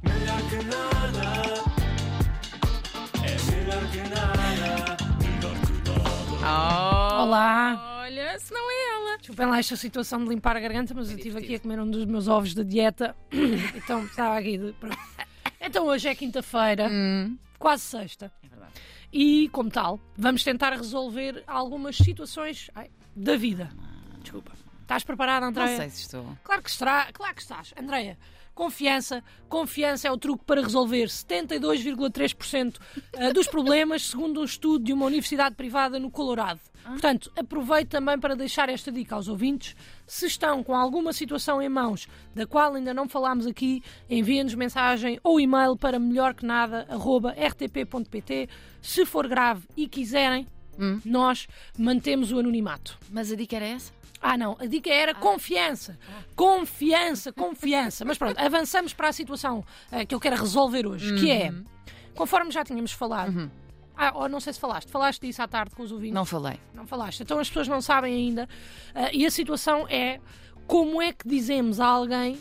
que nada. É melhor que nada. Melhor que nada. Olá. Olha, se não é ela. Desculpem lá esta situação de limpar a garganta, mas eu estive aqui a comer um dos meus ovos da dieta. então, estava aqui. De... pronto. Então, hoje é quinta-feira, quase sexta. Hum. É verdade. E, como tal, vamos tentar resolver algumas situações ai, da vida. Desculpa. Estás preparada, Não Andréia? sei se estou. Claro que, estará, claro que estás, Andréia. Confiança, confiança é o truque para resolver 72,3% eh, dos problemas, segundo um estudo de uma universidade privada no Colorado. Portanto, aproveito também para deixar esta dica aos ouvintes. Se estão com alguma situação em mãos da qual ainda não falámos aqui, enviem-nos mensagem ou e-mail para melhorquenada.rtp.pt. Se for grave e quiserem, nós mantemos o anonimato. Mas a dica era essa? Ah, não, a dica era confiança. Confiança, confiança. Mas pronto, avançamos para a situação eh, que eu quero resolver hoje, que é, conforme já tínhamos falado, ah, ou não sei se falaste, falaste disso à tarde com os ouvintes. Não falei. Não falaste. Então as pessoas não sabem ainda. Ah, e a situação é como é que dizemos a alguém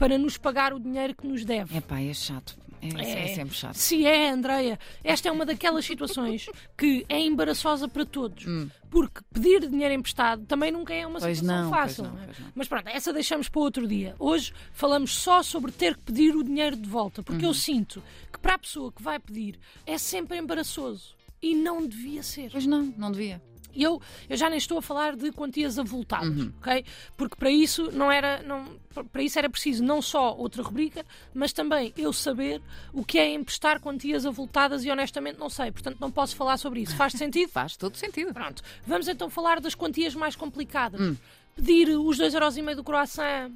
para nos pagar o dinheiro que nos deve. Epá, é chato. É, é sempre chato. Se é, Andreia, esta é uma daquelas situações que é embaraçosa para todos. Porque pedir dinheiro emprestado também nunca é uma Hum. Pois situação não, pois fácil. não, é? pois não. Mas pronto, essa deixamos para outro dia. Hoje falamos só sobre ter que pedir o dinheiro de volta, porque Uhum. eu sinto que para a pessoa que vai pedir é sempre embaraçoso. E não devia ser. Pois não, não devia. E eu, eu já nem estou a falar de quantias avultadas, Uhum. ok? Porque para isso não era, não, para isso era preciso não só outra rubrica, mas também eu saber o que é emprestar quantias avultadas e honestamente não sei, portanto não posso falar sobre isso. Faz sentido? Faz todo sentido. Pronto. Vamos então falar das quantias mais complicadas. Hum. Pedir os 2,5€ do croissant,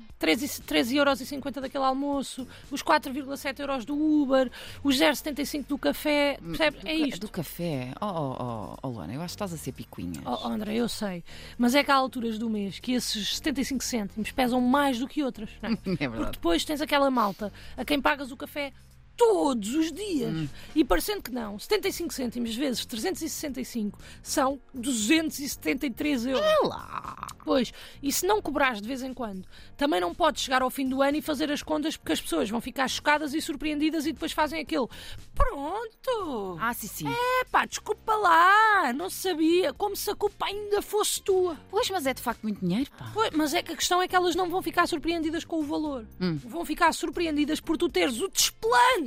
13,50€ daquele almoço, os 4,7€ do Uber, os 0,75€ do café. Percebe? É isto. Hum. Do café. Oh, oh, oh, oh, Luana, eu acho que estás a ser picuinha. Oh, oh, André, eu sei, mas é que há alturas do mês que esses 75 cêntimos pesam mais do que outras, não é? É Porque verdade. depois tens aquela malta a quem pagas o café todos os dias. E parecendo que não, 75 cêntimos vezes 365 são 273 euros. Olá. Pois, e se não cobrares de vez em quando, também não podes chegar ao fim do ano e fazer as contas porque as pessoas vão ficar chocadas e surpreendidas e depois fazem aquele pronto. Ah, sim, sim. Epá, desculpa lá, não sabia, como se a culpa ainda fosse tua. Pois, mas é de facto muito dinheiro, pá. Pois, mas é que a questão é que elas não vão ficar surpreendidas com o valor. Vão ficar surpreendidas por tu teres o desplante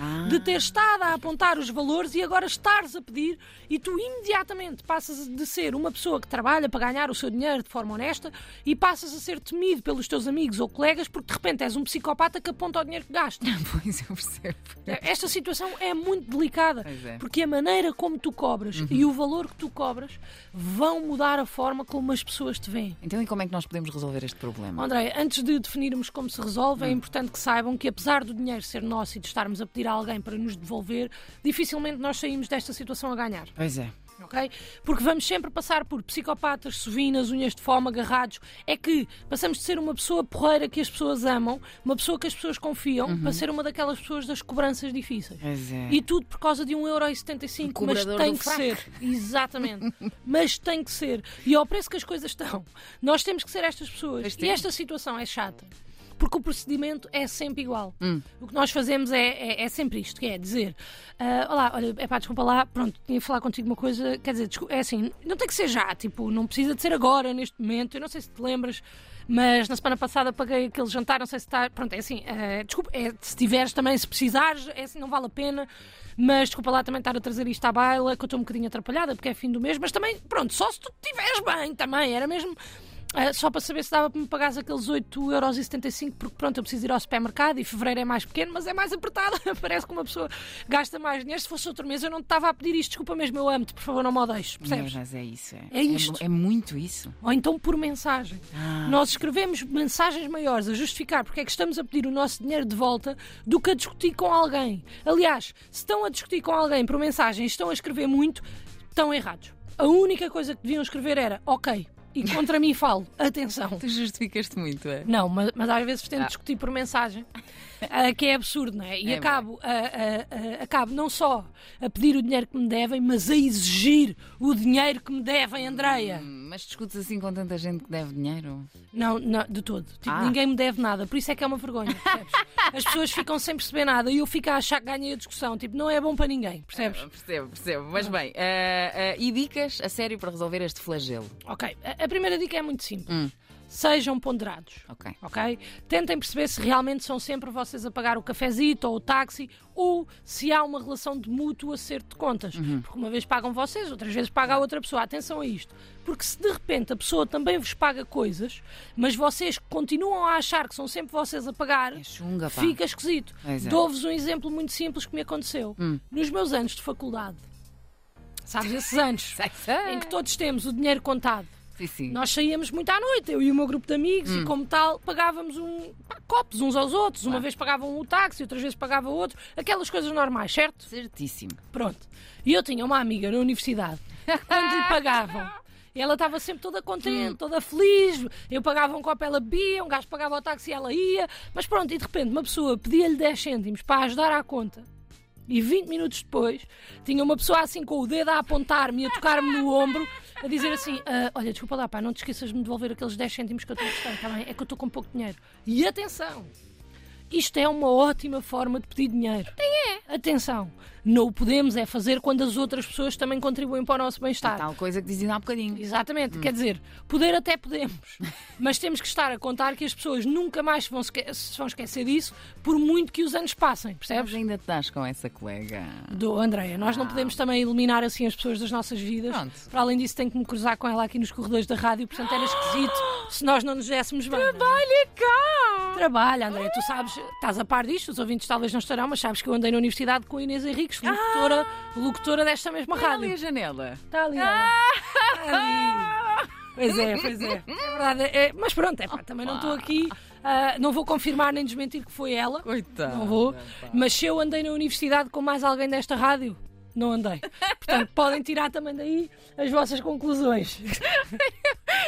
Ah. de ter estado a apontar os valores e agora estares a pedir e tu imediatamente passas de ser uma pessoa que trabalha para ganhar o seu dinheiro de forma honesta e passas a ser temido pelos teus amigos ou colegas porque de repente és um psicopata que aponta o dinheiro que gasta. Pois, eu percebo. Esta situação é muito delicada, Pois é. Uhum. porque a maneira como tu cobras e o valor que tu cobras vão mudar a forma como as pessoas te veem. Então, e como é que nós podemos resolver este problema? André, antes de definirmos como se resolve, Hum. é importante que saibam que, apesar do dinheiro ser nosso e de estarmos a pedir a alguém para nos devolver, dificilmente nós saímos desta situação a ganhar. Pois é. ok? Porque vamos sempre passar por psicopatas, sovinas, unhas de fome, agarrados. É que passamos de ser uma pessoa porreira que as pessoas amam, uma pessoa que as pessoas confiam, para ser uma daquelas pessoas das cobranças difíceis. Pois Uhum. é. E tudo por causa de O 1,75€, mas cobrador tem do que fraco. ser. Exatamente. mas tem que ser. E ao preço que as coisas estão, nós temos que ser estas pessoas. Pois e temos. esta situação é chata. Porque o procedimento é sempre igual. Hum. O que nós fazemos é, é, é sempre isto, que é dizer ah, Olá, olha, é pá, desculpa lá, pronto, tinha que falar contigo uma coisa, quer dizer, desculpa, é assim, não tem que ser já, tipo, não precisa de ser agora, neste momento, eu não sei se te lembras, mas na semana passada paguei aquele jantar, não sei se está, pronto, é assim, ah, desculpa, é, se tiveres também, se precisares, é assim, não vale a pena, mas desculpa lá também estar a trazer isto à baila, que eu estou um bocadinho atrapalhada, porque é fim do mês, mas também, pronto, só se tu estiveres bem também, era mesmo... Ah, só para saber se dava para me pagares aqueles 8,75€, porque pronto, eu preciso ir ao supermercado e fevereiro é mais pequeno, mas é mais apertado. Parece que uma pessoa gasta mais dinheiro. Se fosse outro mês, eu não te estava a pedir isto. Desculpa mesmo, eu amo-te, por favor, não me odeies. Percebes? Mas, mas é isso. É, É isto. mu- é muito isso. Ou então por mensagem. Ah. Nós escrevemos mensagens maiores a justificar porque é que estamos a pedir o nosso dinheiro de volta do que a discutir com alguém. Aliás, se estão a discutir com alguém por mensagem e estão a escrever muito, estão errados. A única coisa que deviam escrever era ok. E contra mim falo, atenção. Tu justificaste muito, é? Não, mas, mas às vezes tento Ah. discutir por mensagem. ah, que é absurdo, não é? E É, acabo, a- a- a- acabo não só a pedir o dinheiro que me devem, mas a exigir o dinheiro que me devem, Andreia. Hum, Mas discutes assim com tanta gente que deve dinheiro? Não, não, de todo. Tipo, Ah. ninguém me deve nada, por isso é que é uma vergonha, percebes? As pessoas ficam sem perceber nada e eu fico a achar que ganhei a discussão. Tipo, não é bom para ninguém, percebes? Ah, Percebo, percebo. Mas bem, ah, ah, e dicas a sério para resolver este flagelo? Ok, a, a primeira dica é muito simples. Sejam ponderados. Hum. Ok. ok? Tentem perceber se realmente são sempre vocês a pagar o cafezito ou o táxi ou se há uma relação de mútuo acerto de contas. Uhum. Porque uma vez pagam vocês, outras vezes paga a outra pessoa. Atenção a isto. Porque se de repente a pessoa também vos paga coisas, mas vocês continuam a achar que são sempre vocês a pagar, É chunga, pá. fica esquisito. Pois é. Hum. Dou-vos um exemplo muito simples que me aconteceu. Nos meus anos de faculdade, sabes, esses anos Sei, sei. em que todos temos o dinheiro contado. Sim, sim. Nós saíamos muito à noite, eu e o meu grupo de amigos, Hum. e como tal, pagávamos um, pá, copos uns aos outros. Uma vez pagavam um táxi, outras vezes pagava outro. Aquelas coisas normais, certo? Certíssimo. Pronto. E eu tinha uma amiga na universidade que quando lhe pagavam. Ela estava sempre toda contente, toda feliz. Eu pagava um copo, ela bebia, um gajo pagava o táxi e ela ia. Mas pronto, e de repente uma pessoa pedia-lhe 10 cêntimos para ajudar à conta. E 20 minutos depois, tinha uma pessoa assim com o dedo a apontar-me e a tocar-me no ombro, a dizer assim: "Ah, Olha, desculpa lá, pá, não te esqueças de me devolver aqueles 10 cêntimos que eu estou gostando, está bem? É que eu estou com pouco dinheiro. E atenção! Isto é uma ótima forma de pedir dinheiro. é. Atenção, não o podemos é fazer quando as outras pessoas também contribuem para o nosso bem-estar. Tal coisa que diziam há bocadinho. Exatamente, quer dizer, poder até podemos, mas temos que estar a contar que as pessoas nunca mais se vão, esque- se vão esquecer disso, por muito que os anos passem, percebes? Mas ainda te das com essa colega. Do Andréia, nós não podemos também eliminar assim as pessoas das nossas vidas. Pronto. Para além disso, tenho que me cruzar com ela aqui nos corredores da rádio, portanto era esquisito se nós não nos dessemos bem. Trabalha cá! Trabalha, Andréia, tu sabes, estás a par disto, os ouvintes talvez não estarão, mas sabes que eu andei na universidade com a Inês Henriques, locutora, locutora desta mesma Ali a rádio. janela. Está ali. ela. Está ali. Pois é, pois é. É verdade. é- mas pronto, é pá, também não estou aqui. ah, não vou confirmar nem desmentir que foi ela. Coitada. Não vou. Mas se eu andei na universidade com mais alguém desta rádio, não andei. Portanto, podem tirar também daí as vossas conclusões.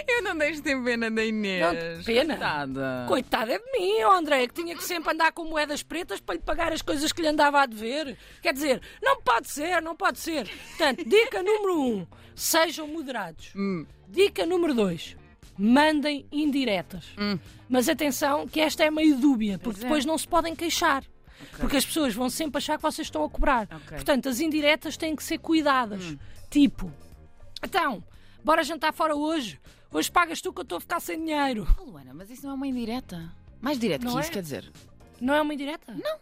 Eu não deixo ter pena da Inês. Não, pena. Coitada. Coitada é de mim, ó André, que tinha que sempre andar com moedas pretas para lhe pagar as coisas que lhe andava a dever. Quer dizer, não pode ser, não pode ser. Portanto, dica número um: sejam moderados. Hum. Dica número dois: mandem indiretas. Mas atenção, que esta é meio dúbia, porque Hum. é. depois não se podem queixar. Porque as pessoas vão sempre achar que vocês estão a cobrar. Ok. Hum. Portanto, as indiretas têm que ser cuidadas. Tipo, então, bora jantar fora hoje. Hoje pagas tu que eu estou a ficar sem dinheiro. Oh, Luana, mas isso não é uma indireta. Mais direto Não que isso, é? quer dizer. Não é uma indireta? Não.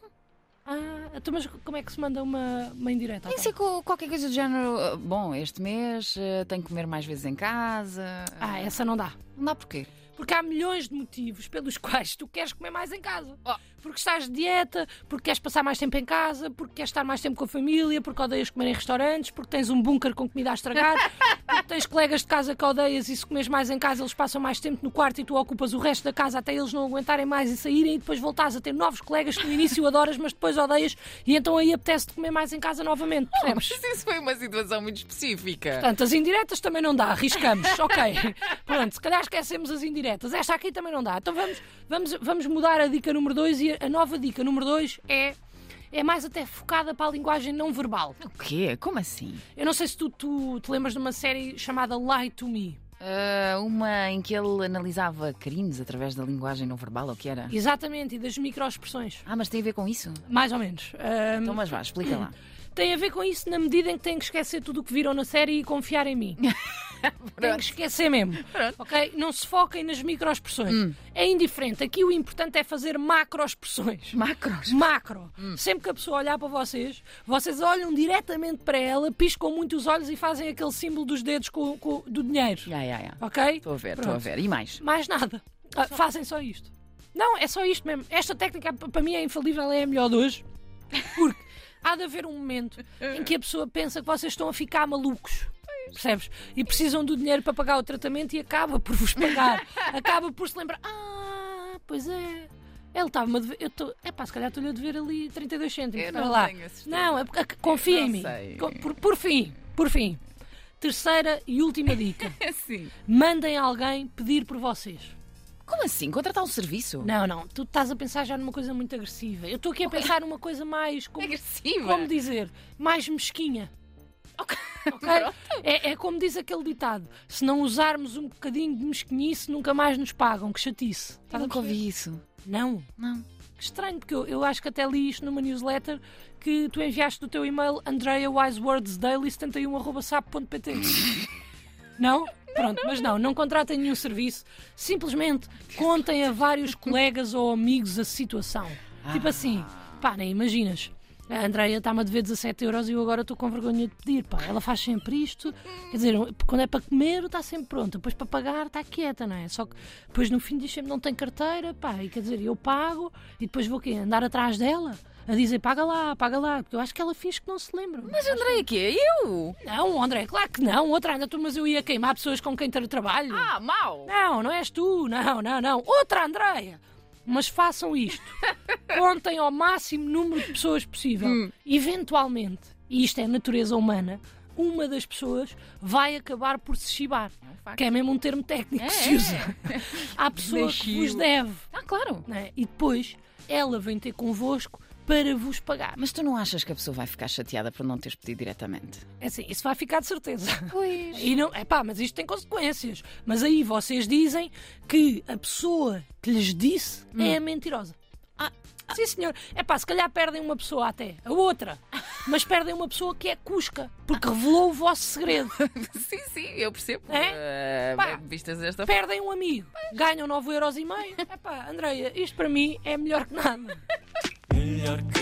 Ah, então, mas como é que se manda uma, uma indireta? Tem que ser então? co- qualquer coisa do género. ah, Bom, este mês ah, tenho que comer mais vezes em casa. Ah, essa não dá. Não dá porquê. Porque há milhões de motivos pelos quais tu queres comer mais em casa. Oh. Porque estás de dieta, porque queres passar mais tempo em casa, porque queres estar mais tempo com a família, porque odeias comer em restaurantes, porque tens um bunker com comida a estragar, porque tens colegas de casa que odeias e se comes mais em casa eles passam mais tempo no quarto e tu ocupas o resto da casa até eles não aguentarem mais e saírem e depois voltares a ter novos colegas que no início adoras mas depois odeias e então aí apetece-te comer mais em casa novamente, percebes? Mas isso foi uma situação muito específica. Portanto, as indiretas também não dá, arriscamos, ok. Pronto, se calhar esquecemos as indiretas. Esta aqui também não dá. Então vamos, vamos, vamos mudar a dica número 2 e a- a nova dica número 2 é, é mais até focada para a linguagem não verbal. O quê? Como assim? Eu não sei se tu, tu te lembras de uma série chamada Lie to Me. Ah, uma em que ele analisava crimes através da linguagem não verbal, ou o que era? Exatamente, e das microexpressões. Ah, mas tem a ver com isso? Mais ou menos. Ahm, Então, mas vá, explica lá. Tem a ver com isso na medida em que têm que esquecer tudo o que viram na série e confiar em mim. têm que esquecer mesmo. Ok? Não se foquem nas microexpressões. É indiferente. Aqui o importante é fazer macroexpressões. Hum. Macros. Macro. Sempre que a pessoa olhar para vocês, vocês olham diretamente para ela, piscam muito os olhos e fazem aquele símbolo dos dedos com, com- do dinheiro. Já, já, já. Ok? Estou a ver, estou a Pronto. ver. E mais? Mais nada. É Ah, fazem só isto. Não, é só isto mesmo. Esta técnica p- para mim é infalível, é a melhor de hoje. Porque há de haver um momento em que a pessoa pensa que vocês estão a ficar malucos. Percebes? E precisam do dinheiro para pagar o tratamento e acaba por vos pagar. acaba por se lembrar. Ah, pois é. Ele estava-me a dever. Eu estou. É pá, se calhar estou-lhe a dever ali 32 cêntimos. Eu Espera não lá. tenho esse sistema. não, é porque- é que confia Eu em não mim. sei. Co- Por, por fim, por fim. Terceira e última dica É sim. mandem alguém pedir por vocês. Como assim? Contratar um serviço? Não, não, tu estás a pensar já numa coisa muito agressiva. Eu estou aqui a pensar numa coisa mais. Como, é Agressiva. como dizer? Mais mesquinha. é. Ok? É, é como diz aquele ditado: se não usarmos um bocadinho de mesquinhice, nunca mais nos pagam. Que chatice. Estás a Nunca perceber? ouvi isso. Não. Não. Que estranho, porque eu, eu acho que até li isto numa newsletter que tu enviaste do teu e-mail andreawisewordsdaily71.sapo.pt Não? Pronto, mas não, não contratem nenhum serviço. Simplesmente contem a vários colegas ou amigos a situação. Tipo assim, pá, nem imaginas. A Andreia está-me a dever 17 euros e eu agora estou com vergonha de pedir. Pá, ela faz sempre isto. Quer dizer, quando é para comer está sempre pronta. Depois para pagar está quieta, não é? Só que depois no fim diz sempre não tem carteira. Pá, e quer dizer, eu pago e depois vou o quê? Andar atrás dela? A dizer paga lá, paga lá. Porque eu acho que ela finge que não se lembra. Mas André, que é eu? Não, André, claro que não. Outra Andra, tu, mas eu ia queimar pessoas com quem ter trabalho. Ah, mau. Não, não és tu. Não, não, não. Outra Andreia. Mas façam isto. Contem ao máximo número de pessoas possível. Hum. Eventualmente, e isto é natureza humana, uma das pessoas vai acabar por se chibar. É um facto. que é mesmo um termo técnico que se É, usa. Há pessoa que vos Deixi-lo. deve. Ah, claro. né? E depois ela vem ter convosco para vos pagar. Mas tu não achas que a pessoa vai ficar chateada por não teres pedido diretamente? É assim, isso vai ficar de certeza. Pois. E não, epá, mas isto tem consequências. Mas aí vocês dizem que a pessoa que lhes disse é a mentirosa. Ah, Sim, senhor. É pá, se calhar perdem uma pessoa até, a outra. Mas perdem uma pessoa que é cusca, porque revelou o vosso segredo. sim, sim, eu percebo. É? Ah, Pá. bem, vistas esta Perdem um amigo, ganham 9,5€. É pá, Andreia, isto para mim é melhor que nada. Melhor que